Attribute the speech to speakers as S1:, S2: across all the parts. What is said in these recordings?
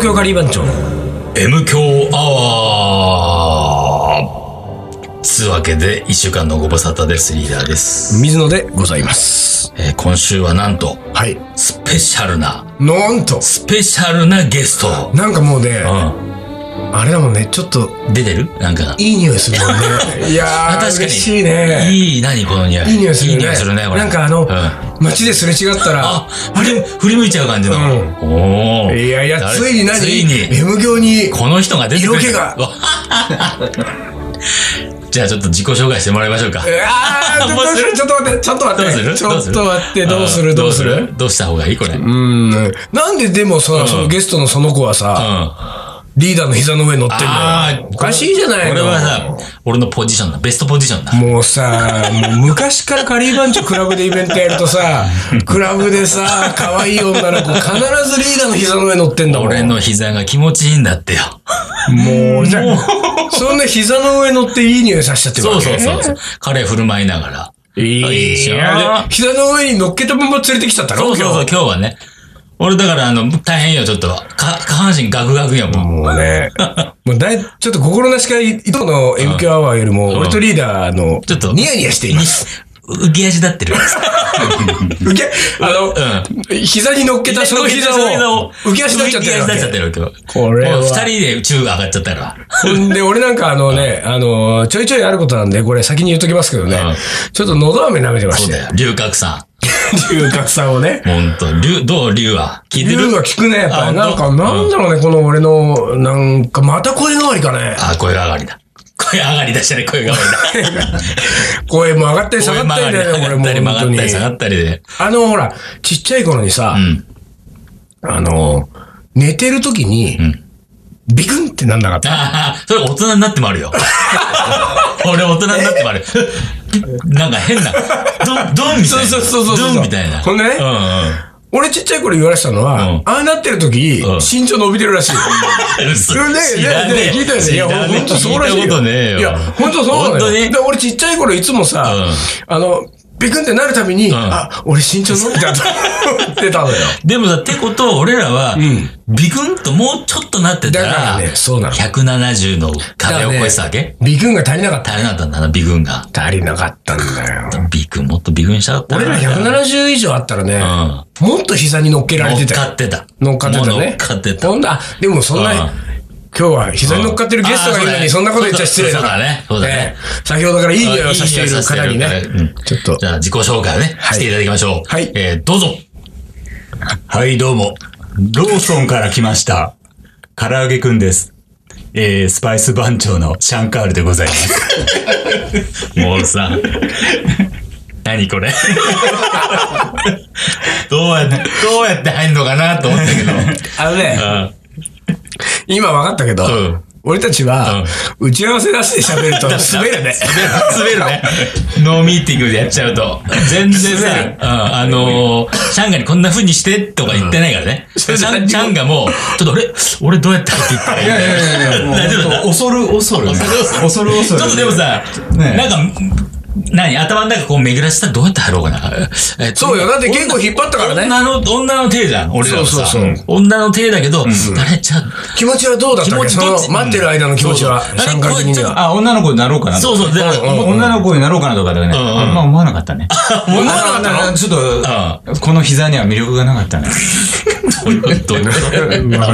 S1: 係番長
S2: M 強アワーつうわけで、一週間のご無沙汰です。リーダーです。
S1: 水野でございます
S2: えー今週はなんと、
S1: はい
S2: スペシャルな、
S1: なんと
S2: スペシャルなゲスト。
S1: なんかもうね
S2: う
S1: あれだもんねちょっと
S2: ん。出てるなんか。
S1: いい匂いするもん ねいやー
S2: あ
S1: 嬉しいね
S2: いい、何この匂い。
S1: いい匂いするね
S2: いい匂いするね、これ。
S1: なんかあの、
S2: うん
S1: 街ですれ違ったら
S2: あ、振り、振り向いちゃう感じの。
S1: うん
S2: おー
S1: いやいや
S2: 誰
S1: ついに何
S2: ついに、
S1: M 行に
S2: この人が出てくる。
S1: 色気が
S2: わ。 じゃあちょっと自己紹介してもらいましょうか。
S1: あ ー
S2: もうする
S1: ちょっと待ってちょっと待
S2: ど
S1: っ
S2: う
S1: て
S2: する
S1: ちょっと待ってどうす
S2: う
S1: る
S2: ん
S1: どうす
S2: どう
S1: る
S2: どうした方がいいこれ。うん。
S1: うんなんででもさ、そのゲストのその子はさ、
S2: あ
S1: リーダーの膝の上に乗ってん
S2: あ
S1: だよ。おかしいじゃない
S2: これ
S1: の
S2: はさ、俺のポジションだ。ベストポジションだ。
S1: もうさ、もう昔からカリー番長クラブでイベントやるとさ、クラブでさ、可愛い女の子必ずリーダーの膝の上乗ってんだもん。
S2: 俺の膝が気持ちいいんだってよ。
S1: もう、じゃあそんな膝の上乗っていい匂いさせちゃってる
S2: そ
S1: わ
S2: う
S1: け
S2: そうそうそう。 彼振る舞いながら。
S1: いいじゃん。で膝の上に乗っけたまま連れてきちゃった
S2: そ
S1: ろ
S2: うそうそう、今日はね。俺だから、あの、大変よ、ちょっと。か下半身ガクガクよ、もう。
S1: もう ね、もうだい、ちょっと心なしかい、いとこの MQ アワーよりも、俺とリーダーの、
S2: ちょっと
S1: ニヤニヤしています。
S2: 浮き足立ってる。
S1: 受け、あの、
S2: う
S1: 膝に乗っけたその膝
S2: その膝を
S1: を、浮き足立っちゃってるわ
S2: 浮き足立っちゃっ
S1: け
S2: て。るわけよ。
S1: これは
S2: もう二人で宙が上がっちゃったから。
S1: ほんで、俺なんかあのね、あの、ちょいちょいあることなんで、これ先に言っときますけどね
S2: うん、
S1: ちょっと喉飴舐めてま
S2: そう
S1: し
S2: だ
S1: たよ。
S2: よ。龍角さ
S1: 龍角さんをね
S2: ん。。ほんと、龍、どう龍は聞いて
S1: 龍
S2: る
S1: が効くね、やっぱ
S2: あ
S1: り。なんか、
S2: 本当
S1: なんだろうね、この俺の、なんか、また声変わりかね。
S2: あ、声が上がりだ。声上がりだしたね、声が上がりだ。
S1: 声も上が ったり下が
S2: 声曲
S1: った
S2: が
S1: り
S2: り
S1: だ
S2: だ。
S1: よね、俺
S2: 上が
S1: も
S2: ったり
S1: う
S2: 曲
S1: 本
S2: が
S1: 当
S2: っ
S1: に
S2: た。り下がったりで。
S1: あの、ほら、ちっちゃい頃にさ
S2: う、ん。
S1: あの、寝てる時に
S2: ん、
S1: ビクンってなんなかった。
S2: ああ、それ大人になってもあるよ。 俺大人になってもある。 なんか変な。ドン、ドンみたいな。
S1: そうそうそうそうそう
S2: ドンみたいな。
S1: ほんでね
S2: うんうん。
S1: 俺ちっちゃい頃言われてたのは、
S2: うん
S1: ああなってる時、
S2: うん
S1: 身長伸びてる らしい。
S2: 嘘
S1: それで、
S2: 知らね
S1: ね
S2: え
S1: 聞いたよね。いや、
S2: 知らねえ
S1: ほんとそうらしいよ。
S2: 聞いたことねえよ。
S1: いや、ほんとそうな
S2: 本
S1: の
S2: 当
S1: よ。
S2: に
S1: で、俺ちっちゃい頃いつもさ、
S2: う
S1: あの、ビクンってなるたびに、
S2: ん
S1: あ、俺身長伸びたと思って たのよ。
S2: でもさ、ってこと、俺らは、
S1: ん
S2: ビクンともうちょっとなってたら、
S1: だからねそうなの
S2: 170の壁を越えてたわけ、
S1: ビクンが足りなかった。
S2: 足りなかったんだな、ビクンが。
S1: 足りなかったんだよ。
S2: ビクン、もっとビクンしちゃったな
S1: 俺ら170以上あったらね、もっと膝に乗っけられ
S2: 乗
S1: て
S2: ったか
S1: よ。
S2: ってた。
S1: 乗っかってた
S2: もう乗
S1: ね
S2: っ。かってた。
S1: ほんとあ、でもそんな、
S2: うん
S1: 今日は膝に乗っかってるゲストがいるの
S2: うん
S1: に、そんなこと言っちゃ失礼だ
S2: そうだねそうだ
S1: え
S2: ね
S1: え先ほどからいい匂いをさせている方にね
S2: いい匂いをさせている方に、
S1: ちょっと
S2: じ。ゃあ、自己紹介をね、
S1: はい
S2: していただきましょう。
S1: はい
S2: えー、どうぞ。
S3: はい、どうも。ローソンから来ました。唐揚げくんです。えー、スパイス番長のシャンカールでございます。
S2: もうさ、何 これ。どうやって、どうやって入んのかなと思ったけど。
S1: あの ね、今分かったけど、
S2: うん
S1: 俺たちは、打ち合わせなしで喋ると滑るね。
S2: 滑るね。ノーミーティングでやっちゃうと。全然さ、うん、あのー、シャンガにこんな風にしてとか言ってないからね。シャンシャンガも、ちょっと俺、俺どうやって入っていったらいいんだろう大丈夫だ。
S3: 恐る恐る。恐る恐
S2: ち
S3: る。
S2: ょっとでもさ、
S3: ねえ
S2: なんか、何頭の中こう巡らしたらどうやって入ろうかな。えっと
S1: そうよ。だって結構引っ張ったからね。
S2: 女の、女の手じゃん、俺らはさ。
S1: そうそうそう
S2: 女の手だけど、あれ、じゃあ、
S1: 気持ちはどうだっ
S2: 気
S1: たっ
S2: 持
S1: け
S2: ち
S1: そ
S2: ど
S1: の
S2: っち
S1: 待ってる間の気持ちは、
S2: うん
S1: 参加的には。
S3: あ、女の子になろうかな。
S2: そうそう、で、
S1: うんうん
S2: もう
S3: 女の子になろうかなとかだよね。
S2: んうん
S3: あんま思わなかったね。
S1: 女の子なの
S3: ちょっと、この膝には魅力がなかったね。
S2: どういうことどういうこ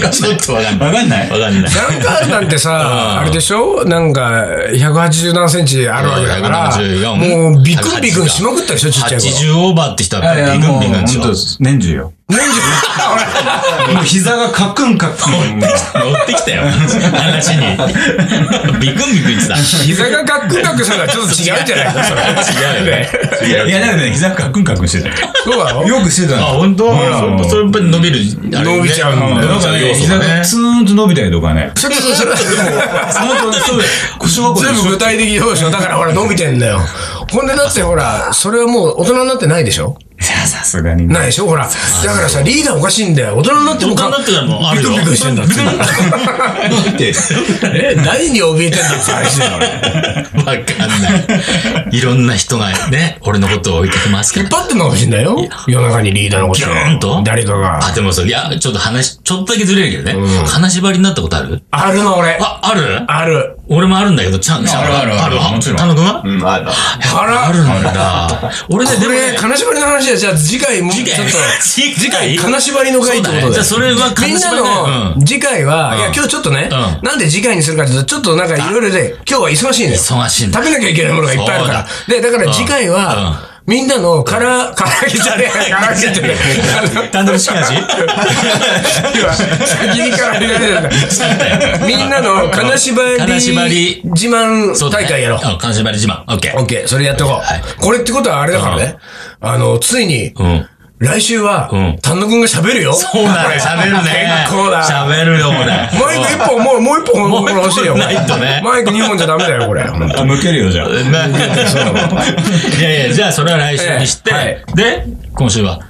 S2: とちょっとわかんない。
S3: わかんない
S2: わかんない。
S1: ダンカールなんてさ、あれでしょなんか、180何センチあるわけだから、
S2: うん
S1: もうビクンビクンしまくったでしょちっちゃい頃。
S2: 80オーバーって人は
S3: あいや
S2: ビクンビクンでし
S3: も
S2: ょ。
S3: うほんと年中よ。
S1: 年中
S3: もう膝がカックンカックン。
S2: 乗ってきたよ、話に。ビクンビクンってさ。
S1: 膝がガックガックするのはちょっと違うじゃないか、それ。
S2: 違うよね。
S3: いや、だからね、膝カックンカックンしてた
S1: そうだろ
S3: よ。よく してた
S2: あ、
S3: の。
S2: 本当
S3: うん
S2: それやっぱり伸びる。あれね
S1: 伸びちゃうんだよ
S3: なんかね、膝がツーンと伸びたりとかね。
S1: ちょっとそれ
S3: その後、 そうだよ。小学校で
S1: 全
S3: し
S1: 部具体的表彰。だからほら伸びてんだよ。ほんでだってほら、それはもう大人になってないでしょ
S3: ょ。さあさあすがにね
S1: ないでしょほら。だからさ、リーダーおかしいんだよ。大人になっても
S2: 大人になってからもあるよ
S1: ビクビクしてんだって。
S2: って。
S1: え、何に怯えてんだって話だよ、俺。
S2: わかんない。いろんな人がね、俺のことを追いかけますか
S1: 引っ
S2: ら。
S1: 張ってんのかもしんないよ。夜中にリーダーのことを
S2: ギューンと
S1: 誰かが。
S2: あ、でもそう、いや、ちょっと話、ちょっとだけずれるけどね。
S1: うん
S2: 金縛りになったことある
S1: あるの、俺。
S2: あ、ある
S1: ある。
S2: 俺もあるんだけど、ちゃん、ちゃん
S4: あるあるある
S2: あ
S4: もちろん
S2: 田野くんは
S4: うん、ある
S1: あら。
S2: あるんだ。俺ね、で
S1: こ
S2: も
S1: れ、
S2: ね
S1: 金縛りの話は、じゃあ次回も、ちょっ
S2: 次
S1: と
S2: 回、次
S1: 次
S2: 回
S1: 回、金縛りの回ってこと
S2: そうだね
S1: で。
S2: じゃあそれは金縛り
S1: みん
S2: だよ
S1: な
S2: うん
S1: の、次回は、いや、今日ちょっとね、
S2: う
S1: なんで次回にするかというと、ちょっとなんかいろいろで、今日は忙しいんだよ。
S2: 忙しいんだ
S1: 食べなきゃいけないものがいっぱいあるから。で、だから次回は、みんなの、から、から揚げじゃねえ、から揚げじゃねえ。
S2: 単独し か味
S1: 今先にから揚げられてるみんなの金縛
S2: 金縛
S1: り
S2: り
S1: 自慢大会やろう。
S2: 金縛り自慢。オッケ
S1: オッ
S2: ー。
S1: ケー、それやっていこう。
S2: はい
S1: これってことはあれだからね。あの、ついに、
S2: うん。
S1: 来週は、
S2: うん
S1: 丹野くんが喋るよ。
S2: そうだね、喋るね。
S1: 結構だ
S2: 喋るよ、俺。
S1: マイク一本、もう、もう一本、
S2: もう一本
S1: 欲しいよ。これ
S2: ないとね
S1: マイク二本じゃダメだよ、これ。本当
S3: あ、向けるよ、じゃあ。
S2: いやいや、じゃあそれは来週にして、
S1: え
S2: で、今週は、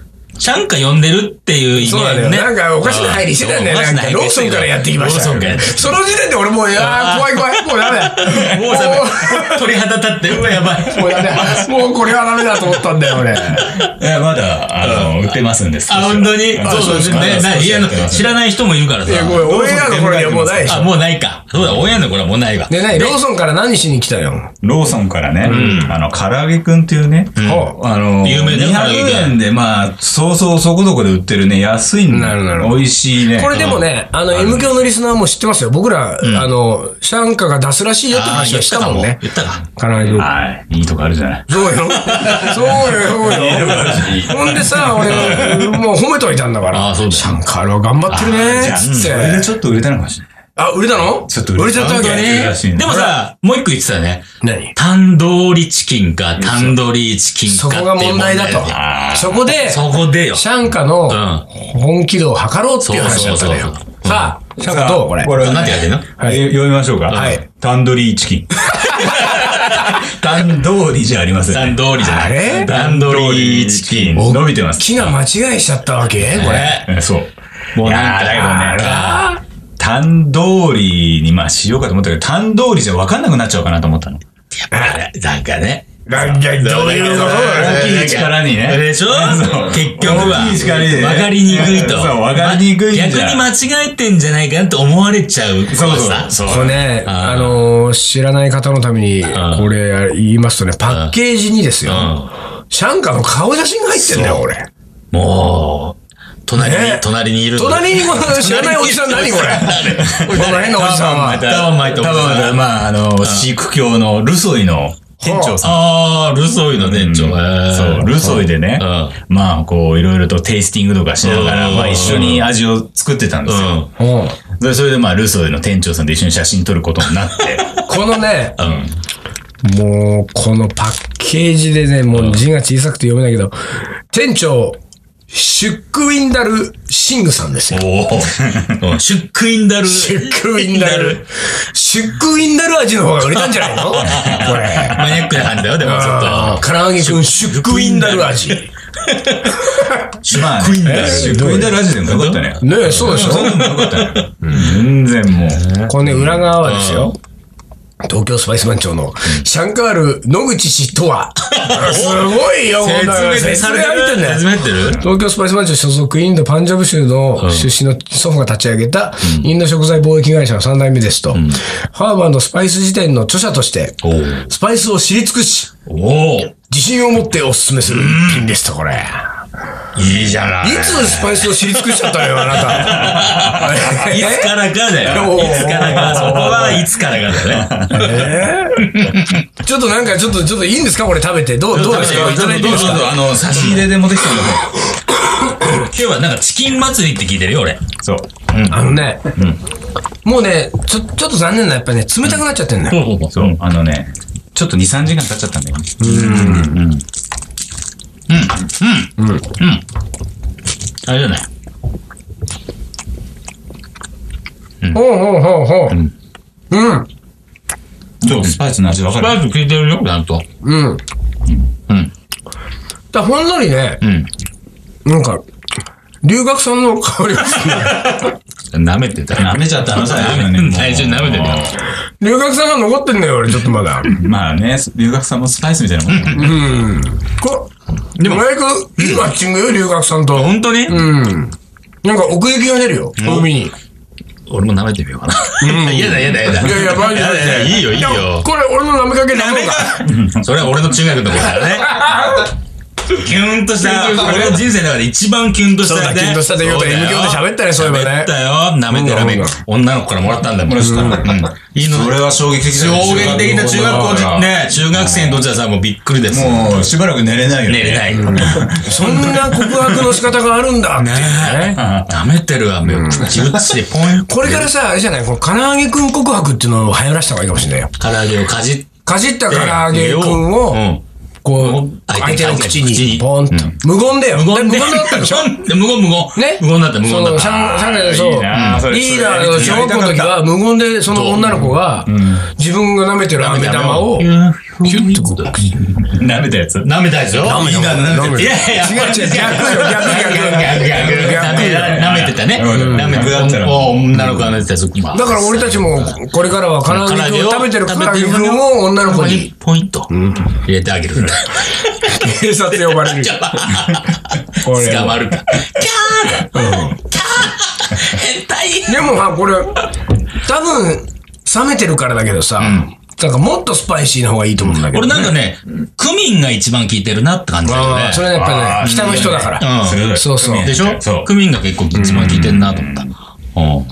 S2: シャンカ呼んでるっていう意味
S1: そうだね。なんか、おかしな入りしてたんだよ
S2: お
S1: ね。
S2: か
S1: なん
S2: しな
S1: か
S2: 入
S1: ロ
S2: り
S1: ー
S2: して
S1: ソン
S2: た
S1: からやってきました
S2: ローソンから
S1: ね。
S2: やってきまし
S1: その時点で俺もう、いやー、怖い怖 い、もうダメだ。
S2: たもうダメ。もう鳥肌立って、うわ、やばい。
S1: もうダメだ。もうこれはダメだと思ったんだ よ、俺。
S3: いや、まだ、あの、売ってますんです。
S2: あ、本当に
S3: あ
S2: そうそう、
S3: そうそう
S2: ね、
S3: そう
S2: ない
S3: そう
S2: いやあの知らない人もいるからさ
S1: い。や、これ、オンエアの頃にはもうないでし
S2: あ、
S1: ょ。
S2: もうないか。そうだ、オンエアの頃はもうないわ。
S1: で、ない、ローソンから何しに来たよ。
S3: ローソンからね、あの、唐揚げくんっていうね、
S1: ほ
S3: あの、
S2: 有名だよ唐揚げ
S3: 200円で、まあ、そうそうそこどこで売ってるね、安いん
S1: なるなる
S3: 美味しいね。
S1: うこれでもね、あの、M 教のリスナーも知ってますよ。僕ら、あの、シャンカが出すらしいよって
S2: あー
S1: 話をしたもんね。
S2: 言ったか。
S1: かなり
S3: はい。いいとこあるじゃない。
S1: そうよ。そうよ、そうよ。ほんでさ、俺、もう褒めといたんだから。
S2: あそうだよ
S1: シャンカールは頑張ってるね
S3: じゃあ、
S1: つっ
S3: それで
S1: て。
S3: ちょっと売れたのかもしれない。
S1: あ、売れたの
S3: ちょっと
S1: 売
S3: 売
S1: れ
S3: れ
S1: ち
S3: た
S1: ゃったわけ
S2: 言った
S3: らしい
S2: ね。
S3: ね
S2: でもさ、もう一個言ってたね。
S1: 何
S2: タンドーリチキンか、タンドリーチキンか
S1: そ
S2: ってい
S1: こ
S2: う
S1: が問題だと
S2: 問。
S3: あー
S1: そこで、
S2: そこでよ。
S1: シャンカの
S2: ん
S1: 本気度を測ろうっていう話だったのよ
S2: そうそうそう。そう
S1: さあ、シャンカどうこれ。
S3: これはね
S2: 何て書いてんの
S1: はい
S3: え読みましょうか。
S1: はい。
S3: タンドリーチキ ン。タンドリーじゃありません。
S2: タンドーリじゃない。
S1: あれ
S2: タンドリーチキン。
S3: ン伸びてます。
S1: 木が間違いしちゃったわけこれ。
S2: ね
S3: えそう。
S2: もう
S3: い
S2: なん
S3: や
S2: か
S3: ーだけどね、あれはタンドーリーにまあしようかと思ったけど、タンドーリーじゃ分かんなくなっちゃうかなと思ったの。
S2: なんかね。
S1: なんかどういうことだ
S3: 大きい力にね。
S2: でしょ
S3: そう
S2: 結局は。
S3: 大きい力でね
S2: 分かりにくいと。
S3: そう分かりにくいんじゃん
S2: 逆に間違えてんじゃないかなと思われちゃう。
S3: そう
S2: こと
S3: そう。
S2: さ
S3: そう
S1: これね、
S2: あー
S1: あのー、知らない方のために、これ言いますとね、パッケージにですよ
S2: うん、
S1: シャンカの顔写真が入ってんだよ、俺。
S2: もう、隣に、
S1: ね
S2: 隣にいる。
S1: 隣にこの知らないおじさん何これこれ変 なおじさんは。
S2: タワマンマイト
S3: タワマンマイトまあ、あの、シーク教のルソイの店長さん。
S2: あー、ルソイの店長。へー
S3: そう、ルソイでね
S2: うん、
S3: まあ、こう、いろいろとテイスティングとかしながら、
S2: うん
S3: まあ、一緒に味を作ってたんですよ。
S1: うん
S3: でそれで、まあ、ルソイの店長さんで一緒に写真撮ることに なって、
S1: このね、
S2: うん。
S1: もうこのパッケージでね、もう字が小さくて読めないけど、店長、シュックウィンダル・シングさんですよ。
S2: おお。シュックインダル。
S1: シュックウィンダル。シュックウィンダル味の方が売れたんじゃ ないのこれ。
S2: マニアックな感じだよ、でもちょっ
S1: あ
S2: と
S1: ー。唐揚げくん、シュックウィンダル味。ね
S3: まあ、
S2: クインダル
S3: シュクインダル味でもよかったね。
S1: え、そうでしょ
S3: そうでもよかったね。全然もう。
S1: このね、裏側はですよ。東京スパイス番長のシャンカール野口氏とは。すごいよ、こんなの説明入ってんだよ
S2: 説明入ってる
S1: 東京スパイス番長所属インドパンジャブ州の出身の祖父が立ち上げたインド食材貿易会社の3代目ですと、ハーバーのスパイス辞典の著者として、スパイスを知り尽くし、
S2: おお
S1: 自信を持ってお勧めする一品ですと、これ。い
S2: いいじゃない。
S1: つスパイスを知り尽くしちゃったのよ、あなた。
S2: いつからかだ
S1: お
S2: よ。
S1: ー
S2: いつからか、そこはいつからかだね。
S1: ちょっとなんか、ちょっと、ちょっといいんですかこれ食べて。どう、どうですかいただいていいですか
S3: あの、差し入れで持ってきてください。
S2: 今日はなんかチキン祭りって聞いてるよ、俺。
S3: そう。
S1: あのね、もうね、ちょ、ちょっと残念な、やっぱね、冷たくなっちゃってんのよ。
S2: う
S3: そう。あのね、ちょっと2、3時間経っちゃったんだよね。
S2: あれじゃない。
S1: ほうほうほうほう。うん。
S3: ちょっとスパイスの味わか
S2: スパイス聞いてるよ、ちゃんと。
S1: うん。
S2: う
S1: だ
S2: ん。
S1: からほんのりね、
S2: うん。
S1: なんか、留学さんの香りがする な。
S3: 舐めてた。舐めちゃったのさ、今ねもう
S2: 最初舐めてるよ。
S1: 留学さんが残ってんだよ、俺、ちょっとまだ。
S3: まあね、留学さんもスパイスみたいなもんだもんね。
S1: こでも、マイク、いいマッチングよ、留学さんと。
S2: 本当に
S1: うん。なんか奥行きが出るよ、海に。
S2: 俺も舐めてみようか な。やだやだやだ。
S1: いやいやマジで
S2: やだやだいいよいいよ。
S1: これ、俺の舐めかけ舐めか
S2: それは俺の中学の頃だね。キュンとした、俺の人生の中で一番キュンとした
S1: そうだキュンとした出来事 M 響で喋ったねそういえばね
S2: 喋ったよ。舐めて舐めて
S1: うん。
S2: 女の子からもらったんだもん。うんいいの
S4: それは衝撃的
S2: 衝撃的な中学校
S4: 時
S2: 時、ね、中学生にとってはさ、もうびっくりです。
S3: もう、しばらく寝れないよね。
S2: 寝れない。
S1: そんな告白の仕方があるんだっていうね。
S2: 舐めてるわ、もう。ジュッチでポン。
S1: これからさ、あれじゃないこの唐揚げくん告白っていうのを流行らした方がいいかもしれないよ。
S2: 唐揚げをかじって。
S1: かじった唐揚げくん
S2: う
S1: を
S2: ん、
S1: こう、相
S2: 相
S1: 手
S2: 手
S1: の
S2: の
S1: 口
S2: 口に
S1: に、ポンと。無言だよ。
S2: 無
S1: だって
S2: 言
S1: 無
S2: で。
S1: 言だったでしょ
S2: 無言無言。
S1: ね
S2: 無言だった、無言だ
S1: そ
S2: っ
S1: う、
S2: た
S1: シ。ャン、シャンでそう。
S3: いいなあそれ
S1: リーダー
S3: そ
S1: の
S3: れ
S1: 小学校の時は、無言で、その女の子が、自分が舐めてる飴玉を、
S2: キュッてこう。
S3: 舐めたやつ。
S2: 舐めたでしょ舐めた
S1: 舐め
S2: い
S1: て
S2: や
S1: た
S2: いや、
S1: 違う違う逆よ逆逆逆
S2: 逆
S1: 逆
S2: 逆舐めてたね。舐め
S3: 逆だってた
S2: た。
S3: ら
S2: もう女の子が舐めてたやつ。だ
S1: だから俺たちも、これからは唐揚げを食べてる唐揚げくんを女の子に、
S2: ポイント入れてあげる。
S1: 警察呼ばれる。 これ
S2: 捕まるか。キャーキャー変態
S1: でもまあこれ、多分、冷めてるからだけどさ、なんかもっとスパイシーな方がいいと思うんだけど。
S2: 俺なんかね、クミンが一番効いてるなって感じだよ
S1: あ
S2: ね
S1: あ、。それやっぱ
S3: あ
S1: ね、
S3: ー
S1: 北の人だから。
S2: う
S3: 鋭い
S1: そうそう
S3: クミン
S2: ん。でしょ
S3: そう。
S2: クミンが結構一番効いてるなと思った。う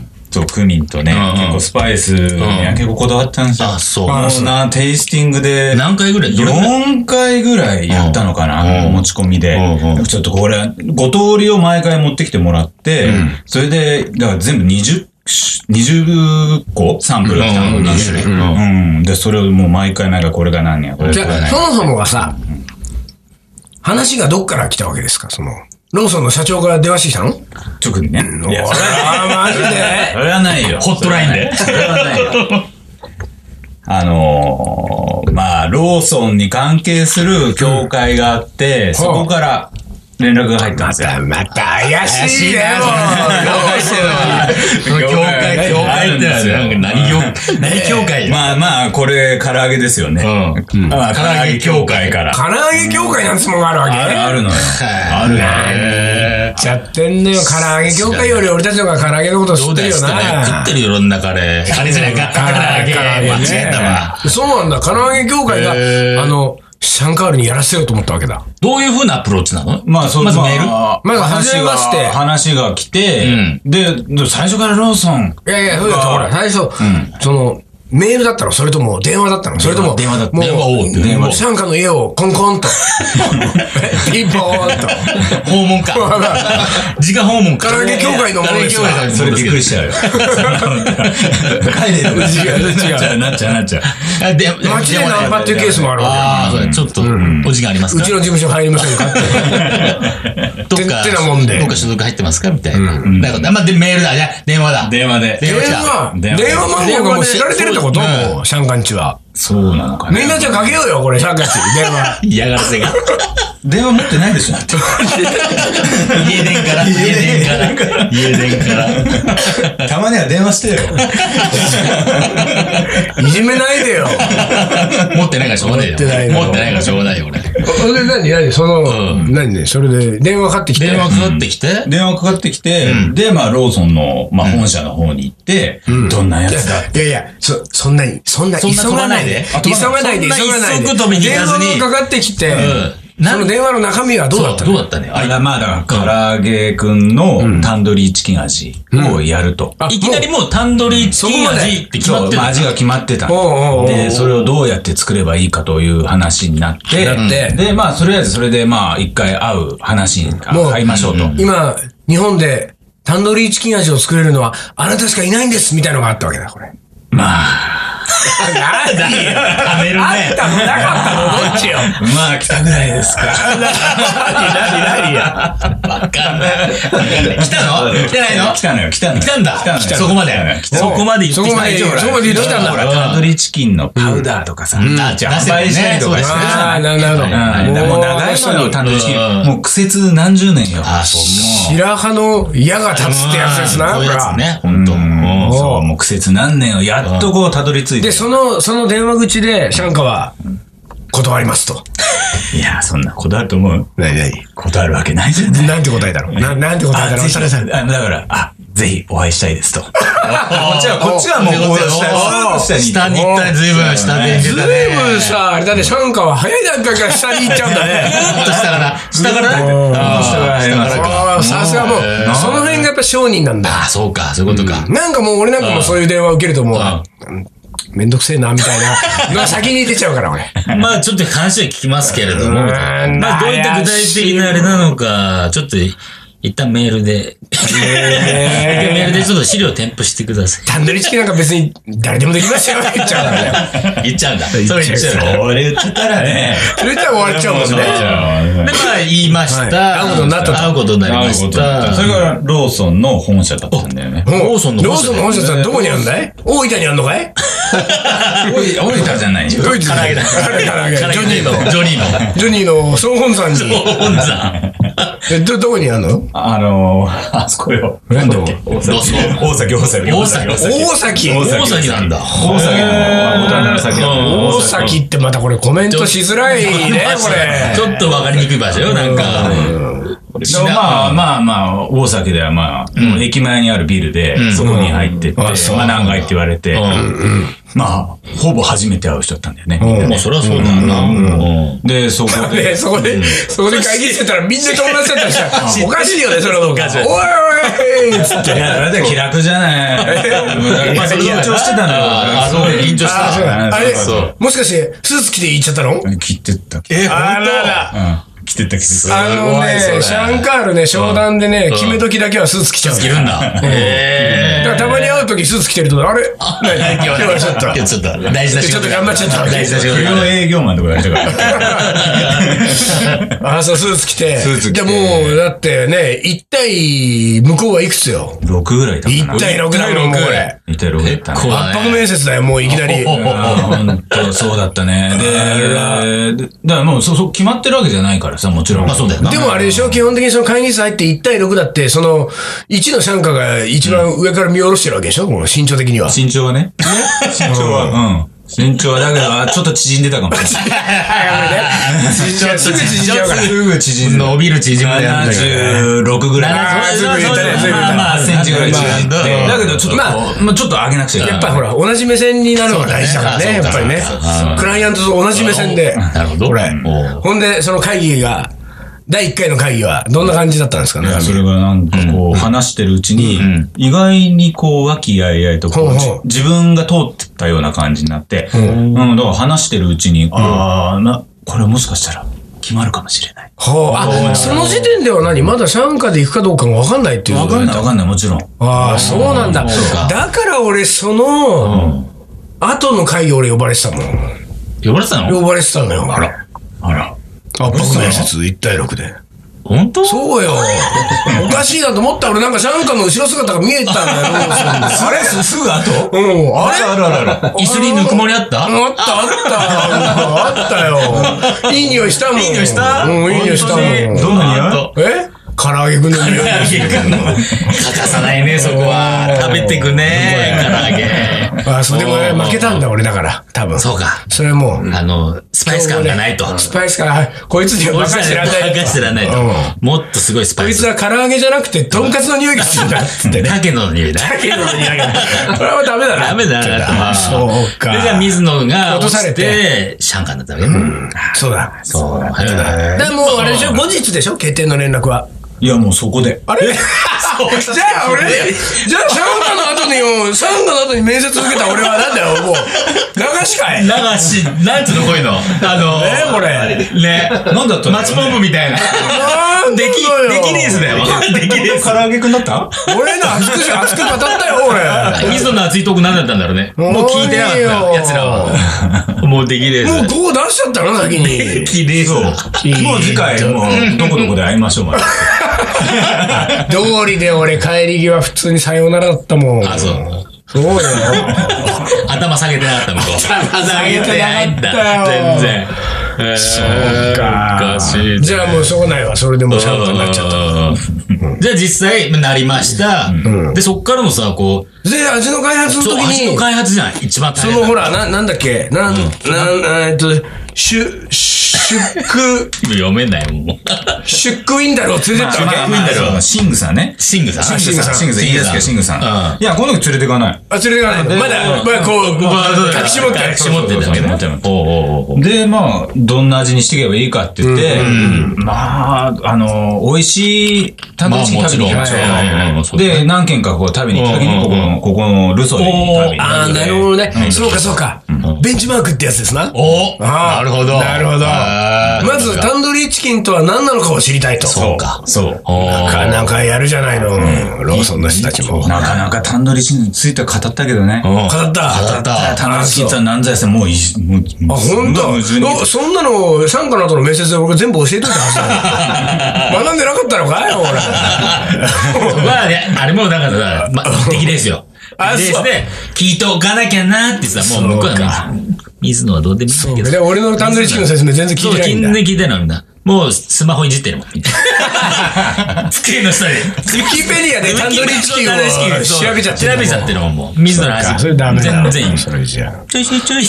S2: ん。
S3: そう、クミンとね、
S2: うんうん
S3: 結構スパイスには結構こだわったんですよ。
S2: あ、そう。
S3: もうな、テイスティングで、
S2: 何回ぐらいどれぐらい
S3: 4回ぐらいやったのかな、
S2: うん
S3: 持ち込みで
S2: うんうん。
S3: ちょっとこれ、5通りを毎回持ってきてもらって、それで、だから全部20、20個サンプルが来たの、
S2: うんうん
S3: 20種類
S2: うん
S3: うん。で、それをもう毎回毎回これが何や、これ
S1: じ
S3: が何
S1: ゃあ、
S3: や。
S1: そもそもがさ、話がどっから来たわけですかその、ローソンの社長から電話してきたの
S3: 特にね。いや、それ
S1: ああ、マジで
S3: それはないよ。
S2: ホットラインで
S3: それはないよ。あのーまあ、ローソンに関係する協会があって、そこから連絡が入ったん
S1: ま
S3: ですよ。
S1: た、また怪しいね、もう。
S2: 業界、業界、業界って何業、何業界
S3: まあまあ、これ、唐揚げですよね。
S2: う
S3: まあ、唐揚げ協会から。
S1: 唐揚げ業界なんつもんがあるわけ
S3: あるあるのよ。あるよね。
S1: ちゃってんのよ。唐揚げ業界より俺たちの方が唐揚げのこと知
S2: ど
S1: っ
S2: う
S1: てる
S2: だよ、
S1: よ
S2: 知ってない食
S1: な
S2: っ。てるよ、世の中で。あれじゃないか。あれ間違えたわ。
S1: そうなんだ。唐揚げ業界
S2: へ
S1: が、
S2: ー
S1: あの、シャンカールにやらせようと思ったわけだ。
S2: どういう風なアプローチなの
S3: まあ、そう
S2: まずメール
S3: ま
S1: まず初めまして
S3: 話が話が来て、で、で最初からローソン。
S1: いやいや、そうだった。ほら、最初、その、メールだったのそれとも電話だったのそれとも、
S3: 電話だった
S1: もう
S2: 電話をって
S1: もうシャンカールの家をコンコ ンと。ピンポーンと。
S2: 訪 問か。自家訪問か。
S1: 唐揚げ協会のものですわ
S3: それびっくりし
S2: した
S3: よ。帰れよ。
S1: 違う違う
S3: なっちゃう、なっちゃう、なっちゃう。
S2: た。で
S1: 街でナンパっていうケースもあるわ
S2: ああ、そうだちょっと、お時間あります
S1: け。う
S2: か
S1: ちの事務所入りませんかって。
S2: どっか、
S1: てなもんで
S2: どっか所属入ってますかみたいな。なるほど。まあ、で、メールだ。じゃあ電話だ。
S3: 電話 で。
S2: 電
S1: 電
S2: 話
S1: 話、
S3: 電話
S1: 電話番号がもう知られてるってこと
S2: 電話で
S1: もう、シャンカンちは。
S3: そうなのかね。
S1: みんなじゃあかけようよ、これ、シャンカンち。電 話。
S2: 嫌がらせが。
S3: 電話持ってないでしょ、だって
S2: 家電から、家電から、家電から。
S3: たまには電話してよ。
S1: いじめないでよ。
S2: 持ってないからしょうがないよ。
S1: 持ってないの
S2: 持ってないからしょうがないよ、俺。
S1: それで何何その、何ね、それで電話かかってきて。
S2: 電話かかってきて、
S3: 電話かかってきて、で、まあ、ローソンの、まあ、本社の方に行って、どんなや
S1: いや
S3: つだ
S1: いやいや、そ、そんなに、そんな、
S2: そんな
S1: 急がないで。
S2: 飛
S1: 急が
S2: ばないであ飛ば
S1: な
S2: ないい
S1: で、急がないで。
S2: そんな一足飛びに行
S1: 電
S2: かずに
S1: 話がかかってきて、
S2: うん
S1: その電話の中身はどうだった
S2: どう
S1: の
S2: だったね。
S3: あ
S2: あ
S3: れまあだから、唐揚げくんのタンドリーチキン味をやると。
S1: あ
S2: いきなりもうタンドリーチキン味って決ま
S3: そ
S2: っ
S3: う、
S2: てる
S3: まあ。味が決まってた
S1: おうおうお。う
S3: で、それをどうやって作ればいいかという話になって、
S1: なって
S3: で、まあ、とりあえずそれで、まあ、一回会う話に、
S1: もう
S3: 会いましょうと。
S1: 今、日本で、タンドリーチキン味を作れるのは、あなたしかいないんです、みたいのがあったわけだ、これ。
S3: まあ、
S1: 何
S2: 食べるね。
S1: あったのなかったのどっちよ。
S3: まあ、来たぐらいですか。
S1: 何何や。
S2: わかんない。来たの来てないの
S3: 来たのよ、来たのよ。
S2: 来たんだ
S3: 来たのよ。
S2: そこまで
S3: 来たのよ。来たの
S2: そ
S3: よ
S2: こまで言ってきた
S1: そこまで
S2: 大丈夫だ
S1: そこまで言ってきたんだ
S2: ほ
S3: ほ
S2: ら
S3: ら、タンドリーチキンのパウダーとかさ、
S2: ん
S3: あじゃあ販売したりとかしてるじ
S1: あ
S3: ゃ
S1: あ、
S3: ない。
S1: なるほど。
S3: うん、だからもう長いのよ、タンドリーチキ
S2: うん
S3: ン。もう苦節何十年よ。あ、そう、もう。
S1: 白羽の矢が立つってやつですな、
S2: こういうやつ
S1: これは
S2: ね、ほんと。
S3: うんそう、もう苦節何年よ。やっとこう、たどり着いて
S1: で、。その、その電話口で、シャンカは、断りますと。
S3: いや、そんなこだわると思う。
S1: 何何
S3: 断るわけないじゃない。
S1: なんて答えだろう。ななんて答えだ
S3: あ、
S1: ろ
S3: ぜ
S1: う。
S3: ひ、
S1: シ
S3: あ
S1: ャンカ
S3: だから、あ、ぜひお会いしたいです と。こっちは、
S1: お
S3: こっちはもう、こうした
S2: お
S3: 下に
S2: 下に行ったね、ずいぶん下に行って
S1: ずい
S2: た
S1: ぶ
S2: ね。
S1: んさ、あれだね、シャンカは早い段階から下に行っちゃうんだね。
S2: ずっと下から、下から
S1: うん
S2: あー
S3: 下から入ります
S2: 下からか
S1: ああ、さすがもう、その辺がやっぱ商人なんだ。
S2: あ、そうか、そういうことか。
S1: なんかもう俺なんかもそういう電話受けるともう、うんめんどくせえな、みたい な。の先に出ちゃうから、俺。
S2: まあちょっと話は聞きますけれ
S1: う
S2: ども、ま
S1: ーん
S2: あどういった具体的なあれなのか、ちょっと一旦メールで、
S1: え
S2: メールでちょっと資料添付してくだ さ
S1: タンドリーチキンなんか別に誰でもでき ますよ、言っちゃうからね。
S2: い。言っちゃうんだ。それ言っちゃうんだ。
S3: 俺言っちゃったらね。
S1: それじゃ終わっちゃうもん
S3: そう
S1: ね。
S2: で、まあ言いまし
S1: は
S2: た。
S1: い会うことになったと
S2: 会うことになりま
S3: そ
S2: し
S3: うだ
S2: た。
S3: それから、ローソンの本社だったんだよね。
S1: もう
S2: ローソンの
S1: ローソ
S2: 本社
S1: ンの本社さんどこにあるんだい大分にあるのかい
S3: 降り降りたじゃないよ。
S1: 大分に
S2: 唐揚げだ。
S1: 唐揚げ。ジョニーの。
S2: ジョニーの。
S1: ジョニーの総本山に。
S2: 本山。
S1: え、ど、どこにあるの
S3: あのー、あそこよ。
S1: なんだっけ
S3: 大
S2: ローソン
S3: 崎、大
S2: 大崎
S3: 崎、大崎。
S1: 大崎。
S2: 大崎なんだ。
S3: 大崎の、まあボタンなら先だ
S2: うん
S1: 大崎ってまたこれコメントしづらいね、こ
S2: ち
S1: れ。
S2: ょっとわかりにくい場所よ、なんか。
S3: でもまあまあまあ、大崎ではまあ、もう駅前にあるビルで、そこに入ってって、
S1: あそう
S3: まあ何階って言われて、
S2: う
S3: まあ、ほぼ初めて会う人だったんだよね。
S2: ん。もうそれはそうだな。うん
S3: で、そこ
S1: ね、
S3: で、
S1: そこで、そこで会議してたらみんな友達だったりした ら、おかしいよね、それは。おい
S2: かしい
S1: おいおいつって。
S3: いや、あれだ気楽じゃない。まあ、緊張してたのよ。
S2: あ、そう、緊張して
S1: あそう
S2: た。
S1: だあれ
S2: そう
S1: もしかして、スーツ着て行っちゃったの
S3: 切ってった。
S2: え、
S1: あらら。
S3: うん。切ってった、切ってった。
S1: あの
S2: すごいそ
S1: ね、
S2: れ
S1: シャンカールね、商談でね、決め時だけはスーツ着ちゃう。
S2: つけるん
S1: だ。
S2: だ。
S1: だ
S2: え
S1: からたまに会う時スーツ着てる と、あれ何今日はちょっと。
S2: ちょっと、大事な仕事。大事な仕
S3: 不
S2: 事。
S3: 良営業マンとかやりたかっ た。
S1: あ、そう、スーツ着て。
S3: スーツ着て
S1: でもう、だってね、1対、向こうはいくつよ。
S3: 6ぐらいだった
S1: 1対6だもん、もうこれ。
S3: 1対6だった
S2: 結構
S3: ね。
S1: 圧迫面接だよ、もういきなり。
S2: おおお
S3: 本当そうだったね。で、でだからもう、そう、そう決まってるわけじゃないからさ、もちろん。
S2: まあそうだよな。
S1: でもあれでしょ基本的にその会議室入って1対6だって、その、1のシャンカが一番上から見下ろしてるわけでしょこの身長的には。
S3: 身長はね。身長は、うん。身長は、だけど、あちょっと縮んでたかもしれない。
S1: 身長すぐ縮んじゃうから。
S3: すぐ縮んだ。
S2: 伸びる縮むでやるんだけどね。
S3: 76ぐらい。
S1: あーすぐ言ったねすぐ言った
S3: まあまあ、センチぐらい縮んで。だけど、ちょっとこう、まあちょっと上げなくちゃいけ
S1: や
S3: な
S1: っ
S3: い
S1: ぱ。りほら、同じ目線になるのが大事だからね、
S2: そう
S1: や
S2: だ
S1: っぱりね
S2: そうだそうだ。
S1: クライアントと同じ目線で。
S2: なるほど。
S1: これ
S2: おう
S1: ほんで、その会議が、第1回の会議は、どんな感じだったんですかね
S3: いやそれがなんかこう、話してるうちに、意外にこう、和気あいあいとこ
S1: ほう
S3: う、
S1: ほう
S3: じ自分が通ってたような感じになって、うん、だから話してるうちに、ああ、な、これもしかしたら決まるかもしれない。
S1: ほう。あ、その時点では何まだシャンカで行くかどうかが分かんないっていうこ
S3: わ
S1: と
S3: かんないわかんない、もちろん。
S1: ああ、そうなんだ。だから俺、その、後の会議俺呼ばれてたもん。
S2: 呼ばれてたの
S1: 呼ばれてたのよ。あら。
S3: あら。
S1: あ、僕面接1対6で。
S2: 本当
S1: そうよ。 おかしいなと思ったら俺なんかシャンカの後ろ姿が見えて たんだよローソンで。
S3: あれすすぐ後
S1: うん、あれ
S3: あるあるある。
S2: 椅子にぬくもりあった
S1: あった、あった。あったよ。いい匂いしたもん。いい
S2: 匂いした
S1: うん、いい匂いしたもん。
S2: 本
S3: どんな匂い
S2: と
S1: え唐揚げくんの匂い。
S2: 欠かさないね、そこは。食べてくね、唐揚げ。
S1: あ、そう、でもね
S2: うん
S1: 負けたんだ、俺だから。多分。
S2: そうか。
S1: それはもう。
S2: あの、スパイス感がないと。
S1: スパイスから、こいつには
S2: 俺
S1: 任せられない。
S2: 知らないと。もっとすごいス
S1: こ
S2: パ
S1: い
S2: イ
S1: つ
S2: ス。
S1: は唐揚げじゃなくて、とんかつの匂いがするんだ、つ ってね。
S2: タケノの匂いだ。
S1: これはダメだな。
S2: ダメだ な、
S1: そうか。
S2: で、じゃあ水野が
S1: 落
S2: 落
S1: とされ
S2: ちて、シャンカンだったわけね。
S1: そうだ。
S2: そうだ
S1: だからもう、あれでしょ、後日でしょ、決定の連絡は。
S3: いや、もうそこで。
S1: あれじゃあ俺、じゃあシャンカの後後にもう、サンガの後に面接受けた俺はなんだよ、もう。流しかい
S2: 流し、なんつうのこういうの。あの
S1: ねこれ
S2: ね。なんだったマッチポンプみたい な。
S1: なん
S2: で
S1: だ
S2: き、
S1: よ
S2: できレースだ よ。できレース
S3: 唐。揚げくんだった
S1: 俺の熱くし、熱く語ったよ、俺。
S2: 水野の熱いトーク何だったんだろうね。もう聞いてなかった
S1: もういいよ
S2: 奴らは。もうできレース
S1: も
S2: だ
S1: う5出しちゃったの、先
S2: で
S1: に。
S2: きレースだ。
S3: もう次回、もう、どこどこで会いましょう、 また。
S1: 道理で俺帰り際普通にさようならだったもん。
S2: あ、そう。
S1: そうだよ。
S2: 頭下げてなかったのか。
S1: 頭下げてなかったよ
S2: 全然。えーそう
S1: か
S2: おかしいね。
S1: じゃあもうしょうがないわ。それでもうシャンカになっちゃった。
S2: うんじゃあ実際、なりました。で、そっからもさ、こう、
S1: で、味の開発の時
S2: そう、味の
S1: に、
S2: 開発じゃない一番大
S1: そ
S2: 変
S1: の
S2: な
S1: ほら、な、なんだっけ、なん、なん、えっと、シュ、シュック、
S2: 読めないもん。
S1: シュックウィンダルを連れて ったわけ。
S2: まあまあ
S3: そうシングさんね。
S2: シングさん。
S3: シングさん、シングさん、いいですけど、シングさ
S2: うん
S3: ん。いや、この時連れてかない。
S1: あ、連れてかないの。まだ、まだこう、隠し持って。
S2: 隠し持ってんだけど
S3: そうそうそう
S2: ね。おうおうおう
S3: で、まあ、どんな味にしていけばいいかって言って、まあ、あの、美味しいタンドリーチキン食べに行きましょ
S2: まあもちろんはいはいはいも
S3: う
S2: ちろ
S3: と。
S2: ん
S3: で、何軒かこう食べに行った時
S2: うん
S3: に、ここの、ここのルソーで食べに行
S1: あ
S3: っ
S1: あ、なるほどね。そうか、そうか。ベンチマークってやつですな。
S2: お
S1: あ
S2: な
S1: ー
S2: るほど。
S1: なるほど
S2: あ。ー
S1: まず、タンドリーチキンとは何なのかを知りたいと。
S2: そうか。
S3: そう。
S2: おー
S1: なかなかやるじゃないの。ローソンの人たちも。語
S3: なかなかタンドリーチキンについては語ったけどね。
S2: うん
S1: った。
S2: 語った
S3: タンドリーチキンって何歳ですもういい、もう、
S1: あ、本当。
S3: もう12
S1: おそんなの、参加の後の面接で俺が全部教えといたはず だよ学んでなかったのかい俺。
S2: まあね、あれもだからさ、 まあ、敵ですよ。
S1: あ
S2: で
S1: そう
S2: で、聞いておかなきゃなってさ、もう向こう
S1: そう
S2: はね水野はどうでもいい んだけ
S1: で
S2: ど。
S1: 俺のタンドリーチキンの説明全然聞いてないん
S2: そう全
S1: だ。
S2: 然聞いてないんだ。もうスマホいじってるも ん。机の下
S1: ウ
S2: で。
S1: ィキペディアでタンドリーチキンを調べちゃってる
S2: 調べちゃってるもん、もう。水野の話。
S1: それダメだな。
S2: 全然いい。
S1: それじゃあ。
S2: ちょいちょい ちょい。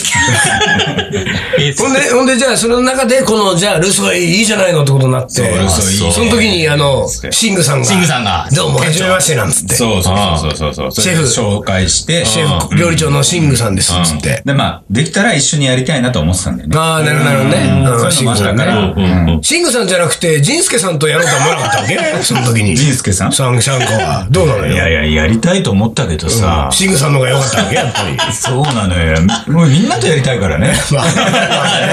S2: え
S1: ほんで、ほんで、じゃあ、その中で、この、じゃあ、留守がいいじゃないのってことになって、そ
S3: 留守がいい
S1: の時に、あの、シングさんが、
S2: シングさんが
S1: どうも、はじめましてなんつって、
S3: そうそうそうそうそう。
S1: シェフ
S3: それで紹介して、
S1: シェフ、料理長のシングさんです、つって。
S3: で、まあ、できたら一緒にやりたいなと思ってたんだよね。
S1: ああ、なるほどなるほどね。
S3: そううんい
S1: シ
S3: う
S1: ング
S3: のもあっ
S1: さ
S3: た
S1: んね。
S3: か
S2: う
S3: ら、
S2: んうんうん
S1: シングさんじゃなくて、ジンスケさんとやろうとは思わなかったわけその時に。
S3: ジンスケさん
S1: さん、シャンコは。どうなのよ。
S3: いやいや、やりたいと思ったけどさ、
S1: シングさんの方が良かったわけやっぱり。
S3: そうなのよ。もうみんなとやりたいか らね。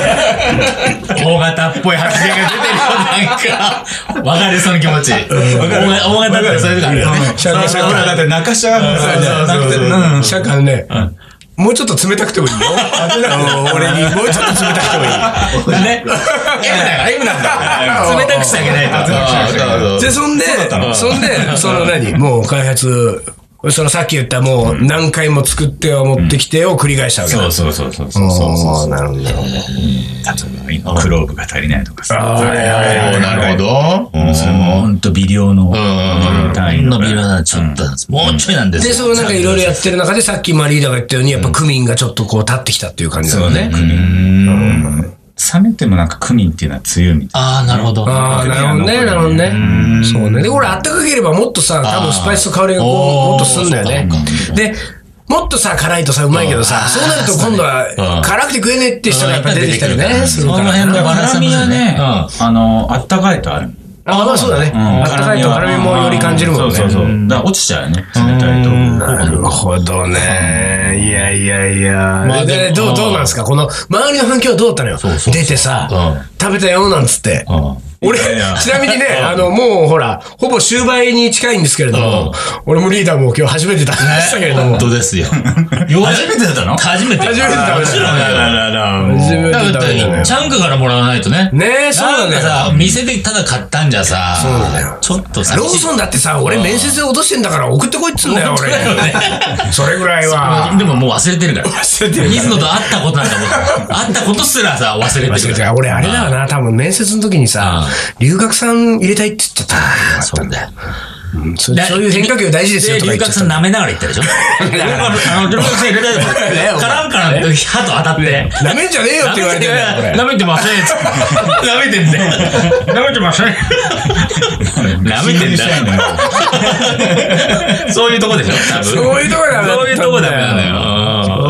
S2: 大型っぽい発言が出てるよ、なんか。わかる、その気持ち。大
S3: かる
S2: 型大型ってそういうとこあるよね。
S1: シャンコシ
S3: そ
S1: ャ
S3: う
S1: ン
S3: ほ
S1: コ
S3: ら、だって泣かしちゃうから
S2: そうそうそう
S3: なくて
S1: シャンコはね、もうちょっと冷たくてもいいよ。あの俺に、もうちょっと冷たくてもいい。
S2: ね。M だから、M なんだから。冷たくしてあげないと。そうそう
S1: で、そんで、そんで、その何もう開発、そのさっき言ったもう何回も作っては持ってきてを繰り返したわけだ。
S3: うんそうそうそうそうそう。
S1: そうなるほど。
S3: 例えば、クローブが足りないとかさ。
S1: あれあれ
S2: おーなるほど。うん
S3: それもほんと微量の
S2: うん。
S3: 単位
S2: 伸
S3: の。
S2: びるな、ちょっと。もうちょいなんです
S1: で、
S2: よ
S1: そのなんかいろいろやってる中でさっきマリーダが言ったように、やっぱクミンがちょっとこう立ってきたっていう感じだ
S3: そ
S1: よ
S3: うね
S1: ね。。
S3: クミンうん冷めてもなんかクミンっていうのは強いみたいな。
S2: ああ、なるほど。
S1: ああ、なるほどね、なるほどね。そうね。で、これあったかければもっとさ、多分スパイスと香りがこう、
S2: あー
S1: もっとすんだよね
S2: おーそ。
S1: で、もっとさ、辛いとさ、うまいけど
S2: うんあ
S1: さ、
S2: ー
S1: そうなると今度
S2: う
S1: は
S2: ん
S1: 辛くて食えねえって人がやっぱ出てきたり
S2: う
S1: ね、
S2: ん
S1: するから
S2: その辺だ
S1: な。
S2: わ
S3: 辛みはね、
S2: うん
S3: あの、あったかいとある。
S1: ああ、まあそうだね。
S3: うん
S1: あったかいと辛みもより感じるもんね。
S3: そうそうそう。だから落ちちゃうよね。冷たいと。
S1: なるほどね。いやいやいや。まあ、で、
S2: でも
S1: どう、どうなんですかこの、周りの反響はどうだったのよ。
S2: うそう
S1: 出てさ、
S2: う
S1: 食べたよ、なんつって。俺、
S3: いやいや
S1: ちなみにね、あの、もうほら、ほぼ終売に近いんですけれども、俺もリーダーも今日初めて食べましたけれども
S2: 本、当ですよ。初
S3: 初めてだったの
S2: 初めて。
S1: 初めて食べた
S2: もちろん
S3: あら
S2: よ。
S3: ららもう
S1: 初めて
S2: だ
S1: 食べ
S2: ったて、
S1: のよ
S2: チャンクからもらわないとね。
S1: ねえ、そう
S2: な
S1: なん
S2: んか
S1: だよ。
S2: さ、店でただ買ったんじゃさ、
S1: そうなんだよ
S2: ちょっとさ、
S1: ローソンだってさ、俺面接で落としてんだから送ってこいっつうんだよ、
S2: 送ってこいよね
S1: 俺。それぐらいは。
S2: でももう忘れてるから。
S1: 忘れてるから
S2: 水野と会ったことなんかもう、会ったことすらさ、忘れてるから。
S1: 俺、あれだよな、多分面接の時にさ、留学さん入れたいって言っちゃったのがあった
S2: そ
S1: ん
S2: う
S1: だよ
S2: だよ。
S1: そそういう変化球大事ですよとか
S2: 留
S1: 言っちゃ
S2: 学
S1: った
S2: さ
S1: の
S2: ん舐めながら言ったでしょあの、留学生入れたいと思って、カランカランと歯と当たって。
S1: 舐めんじゃねえよって言われてんだよ、これ。
S2: 舐めてません。舐めてんだよ。舐めてません。舐めてんだよ。そういうとこでしょ多分。
S1: そういうとこだよ
S2: そういうとこだよ。うん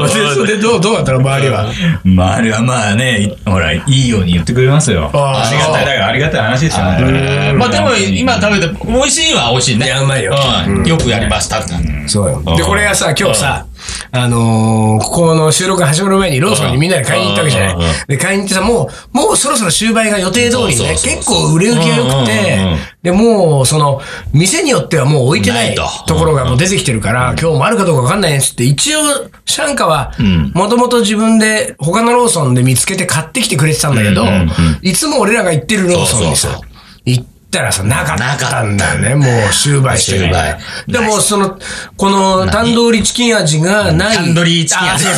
S1: でそれどう、どうだったの周りは。
S3: まあ、あれはまあね、ほら、いいように言ってくれますよ。
S1: あ
S3: あ
S1: ー
S3: りがたい、だからありがたい話ですよね。
S2: まあでも今食べて、美味しいは美味しいね。
S1: いやうまいよ
S2: うんよくやりましたって。
S1: そうよ。で、これがさ、今日さ、あのーここの収録が始まる前にローソンにみんなで買いに行ったわけじゃ
S2: うん
S1: な
S2: うん
S1: い。で、買いに行ってさ、もう、もうそろそろ終売が予定通りにね、
S2: そうそうそう
S1: 結構売れ行きが良くて
S2: うんうんうん、
S1: で、もう、その、店によってはもう置いてな
S2: ないいと
S1: ところがもう出てきてるから、今日もあるかどうかわかんないやつって、一応、シャンカは、もともと自分で、他のローソンで見つけて買ってきてくれてたんだけど
S2: うんうんうん、
S1: いつも俺らが行ってるローソンに
S2: そう
S1: さ
S2: そう、
S1: 行ったらさ、なかったんだよね、もう終売してるから。
S2: 終売
S1: でも、その、この、タンドリーチキン味がない。
S2: タンドリーチキン味
S1: あ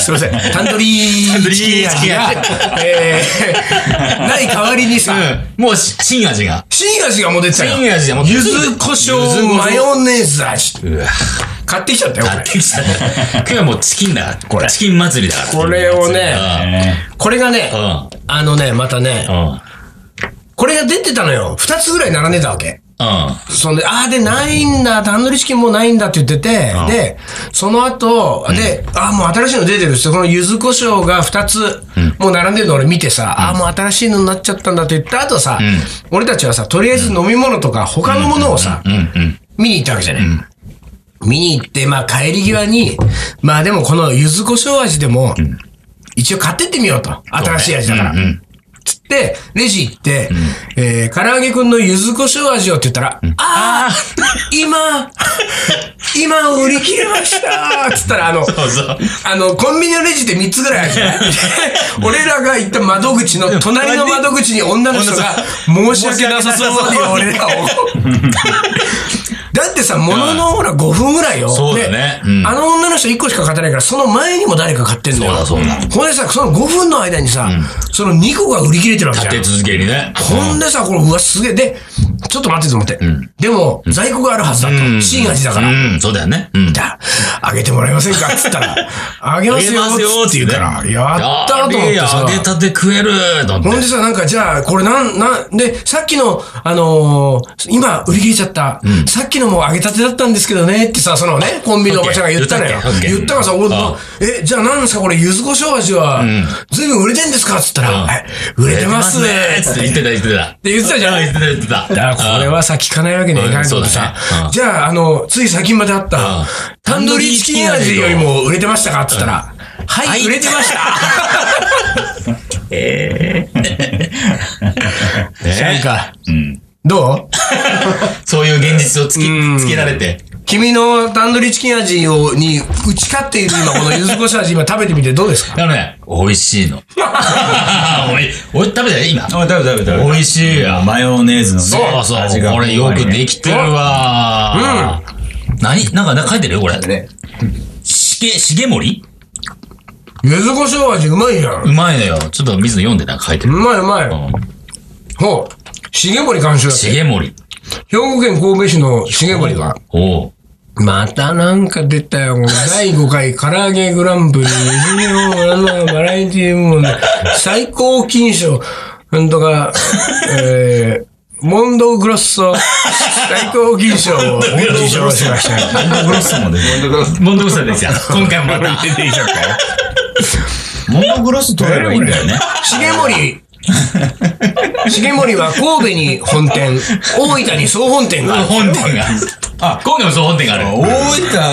S1: すいません。すいません。タンドリーチキン味が
S2: タンドリーチキン、
S1: え ー、ない代わりにさ、
S2: うんもうし新味が。
S1: 新味がもう出てたよ。
S2: 新味がもう
S1: 柚子胡椒
S2: 柚子胡椒
S1: マヨネーズ味。買ってきちゃったよ、こ
S2: 買っ
S1: れ
S2: て。きた。今日はもうチキンだから。
S1: これ
S2: チキン祭りだから。
S1: これをね
S3: ね
S1: これがね
S2: う、ん。
S1: あのね、またね
S2: う、ん。うん。
S1: これが出てたのよ。二つぐらい並んでたわけ。
S2: うん。
S1: そんで、ああ、で、ないんだ、タンドリーチキンもうないんだって言ってて、で、その後、で、ああ、もう新しいの出てるって、この柚子胡椒が2つ、もう並んでるの俺見てさ、ああ、もう新しいのになっちゃったんだって言った後さ、俺たちはさ、とりあえず飲み物とか他のものをさ、見に行ったわけじゃない。見に行って、まあ帰り際に、まあでもこの柚子胡椒味でも、一応買ってってみようと。新しい味だから。つって、レジ行って、えー、唐揚げくんの柚子胡椒味をって言ったら、ああ今、今売り切れましたつったら、あの、
S2: そうそう。
S1: あの、コンビニのレジって3つぐらいあるじ ゃない俺らが行った窓口の、隣の窓口に女の人が、申し訳なさそう に俺らを。だってさ、もののほら5分ぐらいよ。
S2: そうだね
S1: で
S2: うん
S1: あの女の人1個しか買ってないから、その前にも誰か買ってんのよ。
S2: そうだそう
S1: ほんでさ、その5分の間にさ、その2個が売り切れてるわけじゃん
S2: 立て。続けにね。
S1: ほんでさ、これ、うわ、すげえ。で、ちょっと待ってと思って。でも、在庫があるはずだと。新味だから。
S2: うん、そうだよね。うん。
S1: だあげてもらえませんかっつったら、あげますよっつって言うから、やったーと思ってさ
S2: 揚。げたて食えるーと思
S1: ほ
S2: っ
S1: んで
S2: て。
S1: さ、なんか、じゃあ、これなん、なん、で、さっきの、あのー今、売り切れちゃった、さっきのもう揚げたてだったんですけどね、ってさ、そのね、コンビニのおばちゃんが言ったのよ
S2: オッケー言ったっ。け
S1: 言ったからさ、俺も、え、じゃあ何ですか、これ、柚子胡椒味は、ずいぶん売れてんですかっつったら、
S2: うん
S1: はい売れてますねーっつ
S2: つ
S1: っ
S2: ってて言ってた、言ってた。
S1: 言ってたじゃん
S2: う言ってた、言ってた。
S1: だからこれはさ、聞かないわけにはいかないけどさ
S2: うんそうだねう、ん
S1: じゃあ、あの、つい最近まであった
S2: うん、
S1: タンドリーチキン味よりも売れてましたかって言ったら、は、
S2: はいい
S1: 売れてました ええ。 なんか、どう
S2: そういう現実を突き、つけられて。
S1: 君のタンドリーチキン味を、に打ち勝っている今、この柚子胡椒味、今食べてみてどうですか
S2: あのね、美味しい の。おい、おい、食べたよ、今。
S3: あ、食べた食べた。
S2: 美味しいや。
S3: マヨネーズのね。
S2: そうそう。
S3: 味が
S2: これよくできてるわ。うん。何なんか、なんか書いてるよ、これ。しげ、しげもり
S1: 柚子胡椒味うまいじゃん。
S2: うまいのよ。ちょっと水野読んでな、書いて
S1: う
S2: る。
S1: まいうまい。
S2: うん
S1: ほう。重森監修だって。
S2: しげもり。
S1: 兵庫県神戸市の重森が、
S2: おう。
S1: またなんか出たよ。もう第5回唐揚げグランプリ、西日本アナバラエティ部門で最高金賞、なんとか、えー、モンドグロッソ、最高金賞を受賞しました。
S3: モンドグロッソも出てる。
S2: モンドグサですよ。今回もまた。
S1: 出てきちゃったよ。
S3: モンドグロッソ取ればいいんだよね。
S1: 重森、重森は神戸に本店、大分に総本店がある。
S2: 本店が。あ、今回もそう本店がある。
S3: 大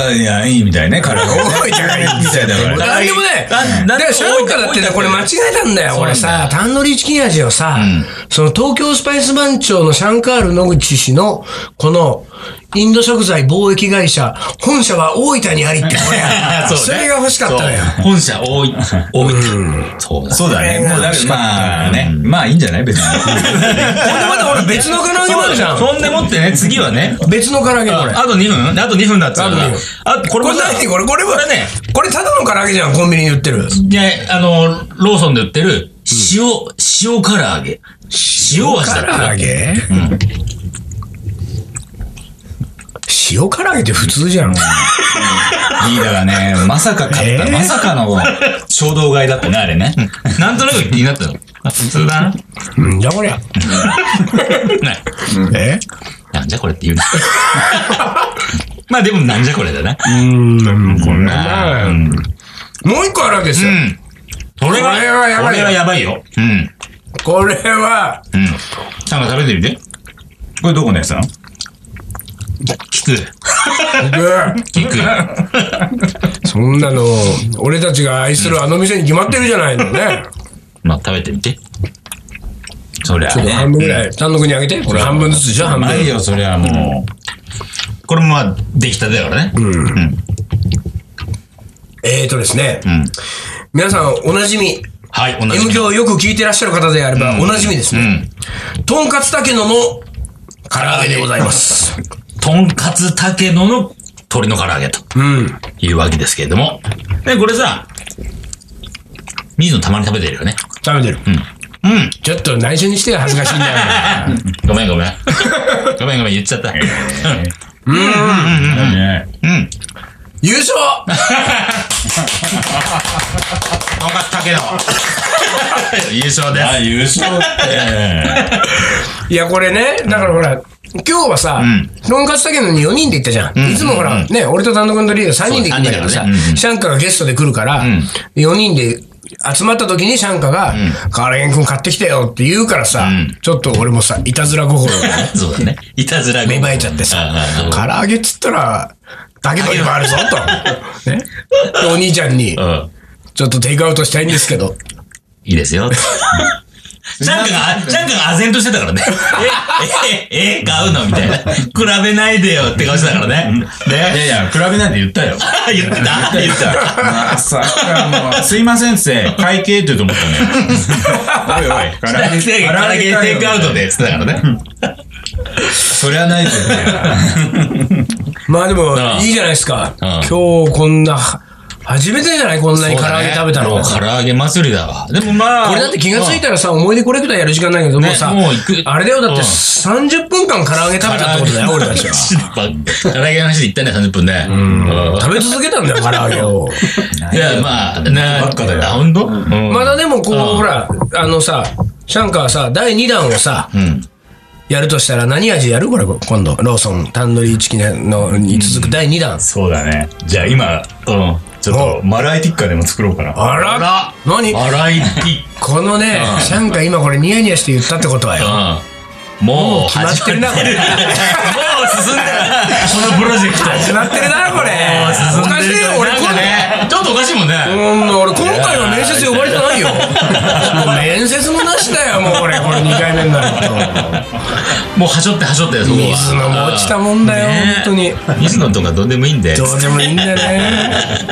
S3: 分にはいいみたいね、彼は。
S1: 大分がいい
S3: みたいだから。
S1: なんでもね、だから、シャンカだってね、これ間違えたんだよ。俺さ、タンドリーチキン味をさ、その東京スパイス番長のシャンカール野口氏の、この、インド食材貿易会社、本社は大分にありって、こ
S2: あ
S1: れ、それが欲しかったのよ。
S2: そう本社多い。多い。そうだ。
S3: そうだね。もうだからまあね。まあいいんじゃない別に。
S1: ほんでまた俺別の唐揚げもあるじゃん。
S2: そんでもってね、次はね。
S1: 別の唐揚げこれ。
S2: あと2分あと2分だった
S1: あ
S2: ら
S1: と。
S2: あ、これ
S1: こ
S2: も
S1: れ
S2: さ
S1: 何これこれは
S2: これね、
S1: これただの唐揚げじゃん、コンビニに売ってる。
S2: ね、あの、ローソンで売ってる、塩、塩唐揚げ。塩味だっ
S1: 唐
S2: た
S1: 揚げ塩唐揚げって普通じゃん。
S3: リーダーがね、まさか買った、
S1: えー
S3: まさかの衝動買いだったね、あれね。
S2: なんとなく気になったの。普通だな。
S1: うんじゃこりゃ。
S2: ない
S1: え
S2: なんじゃこれって言うな。 まあでもなんじゃこれだな。
S1: うーん、これ
S2: あーうん
S1: もう一個あるわけですよ。
S2: うん。これは、
S1: これはやばいよ
S2: これはやばいよ。うん。うん。
S1: これは、
S2: シャンが食べてみて。
S3: これどこのやつなの
S2: キク。
S1: うん
S2: キク。
S1: そんなの、俺たちが愛するあの店に決まってるじゃないのね。
S2: まあ、食べてみて。そりゃ
S1: ちょっと
S2: ね
S1: 半。分ぐらい、単独にあげて。これ半分ずつじゃあ半
S3: な
S1: 分。
S3: いよ、そりゃも
S2: これもまあ、できたてだからね。うん。
S1: えーとですね、
S2: ん
S1: 皆さんおなじみ、
S2: はい、同じ
S1: M
S2: み。
S1: 響をよく聞いてらっしゃる方であれば、おなじみです
S2: う
S1: ね。
S2: ん。
S1: とんかつたけのの唐揚げでございます。
S2: とんかつたけのの鶏の唐揚げと
S1: うん。
S2: いうわけですけれども。で、これさ、水野たまに食べてるよね。
S1: 食べてる。
S2: うん。うん。
S1: ちょっと内緒にしてよ恥ずかしいんだ よ。
S2: ごめんごめん。ごめんごめん、言っちゃった。うん。
S3: う。ね
S2: うん。
S1: 優勝
S2: とんかつたけの優勝です。
S3: あ、優勝って。
S1: いや、これね、だからほら、今日はさ、とんかつたけのに4人で行ったじゃん。いつもほら、ね、俺と単独のリーダー3人で行くんだけど
S2: そ
S1: さ
S2: う三人だからね、
S1: シャンカがゲストで来るから、4人で集まった時にシャンカが、カーレン君買ってきたよって言うからさ、ちょっと俺もさ、いたずら心がね
S2: そうだね。いたずら
S1: 芽生えちゃってさ
S2: うんうん、
S1: 唐揚げっつったら、だけど今あるぞ、 と。ね。でお兄ちゃんに、
S2: うん。
S1: ちょっとテイクアウトしたいんですけど、
S2: いい ですよ。ジャンクが、ジャンクが唖然としてたからね。え、え、え、え買うのみたいな。比べないでよって顔してたからね。
S3: い
S2: ね。
S3: やいや、比べないで言ったよ。
S2: 言ってた言ってた。
S3: まさかもう、すいませんっすね。会計って言うと思ったね。おいおい、唐
S2: 唐揚げテイクアウトで。って言ってたからね。
S3: そりゃないですよね。
S1: まあでも
S2: ん、
S1: いいじゃないですか。
S2: ん
S1: 今日こんな、初めてじゃないこんなに唐揚げ食べたの。
S2: そうだねもう唐揚げ祭りだわ。でもまあ。
S1: これだって気がついたらさ、思い出コレクターやる時間ないけど、もうさ、
S2: もう行く
S1: あれだよ、だっ
S2: うん
S1: て30分間唐揚げ食べたってことだよ、俺 たちは。
S2: は。唐揚げの話で言ったね、30分ね。うん
S1: 食べ続けたんだよ、唐揚げを。
S2: いや、まあ、な、
S3: ばっかだよ
S2: あ、ほんとま
S1: まだでもこう、
S2: ん
S1: ほら、あのさ、シャンカーはさ、第2弾をさ、
S2: ん
S1: やるとしたら何味やるこれ、今度。ローソン、タンドリーチキンのに続く第2弾。
S3: そうだね。じゃあ今、
S2: うん。
S3: ちょっと、マライティッカでも作ろうかな。
S1: あら
S2: あ
S1: 何
S2: ら、洗いピ
S1: このね、シャンカー今これニヤニヤして言ったってことはよ。
S2: うん。もう、
S1: 決まってるな、これ。
S2: もう進ん でるこのプロジェクト。
S1: 決まってるな、これ。おかしいよ、俺、
S2: なん
S1: こ
S2: か
S1: ん
S2: ね。ちょっとおかしいもんね。
S1: うん、俺今回は面接呼ばれてないよ。もう面接もなしだよ、もうこれ、これ2回目になると。
S2: もうはしょってはしょって、そこは。
S1: 水野も落ちたもんだよ
S2: ね
S1: 本当に。
S2: 水野とかどうでもいいんで。
S1: どうでもいいんだよね。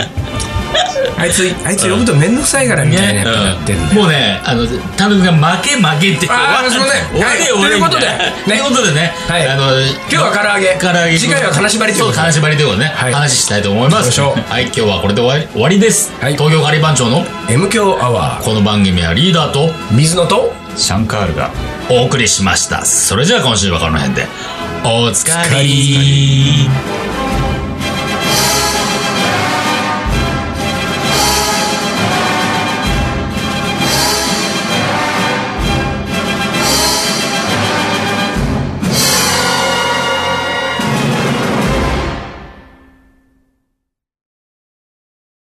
S1: あいつ、あいつ呼ぶとめんどくさいからみたいな
S2: ね
S1: やっぱやってんだよ
S2: うんもうね、あの、田辺君が負け負けって。
S1: あーすいません
S2: 終われよ
S1: はい
S2: 終わ
S1: とい
S2: れよ
S1: うことで
S2: みた
S1: ね
S2: いなということでね、
S1: はい
S2: あの、今
S1: 日は唐揚げ
S2: 唐揚げ。
S1: 次回は金縛りという
S2: そ
S1: こ
S2: う、
S1: とで
S2: 金縛りということでね、
S1: はい
S2: 話したいと思います。
S1: 行きましょう
S2: はい、今日はこれで終わり終わりです。
S1: はい
S2: 東京カリバン長の
S1: M 強アワ
S2: この番組はリーダーと
S1: ー、水野と、
S3: シャンカールが。
S2: お送りしました。それじゃあ今週はこの辺で、おつかり
S1: おつかり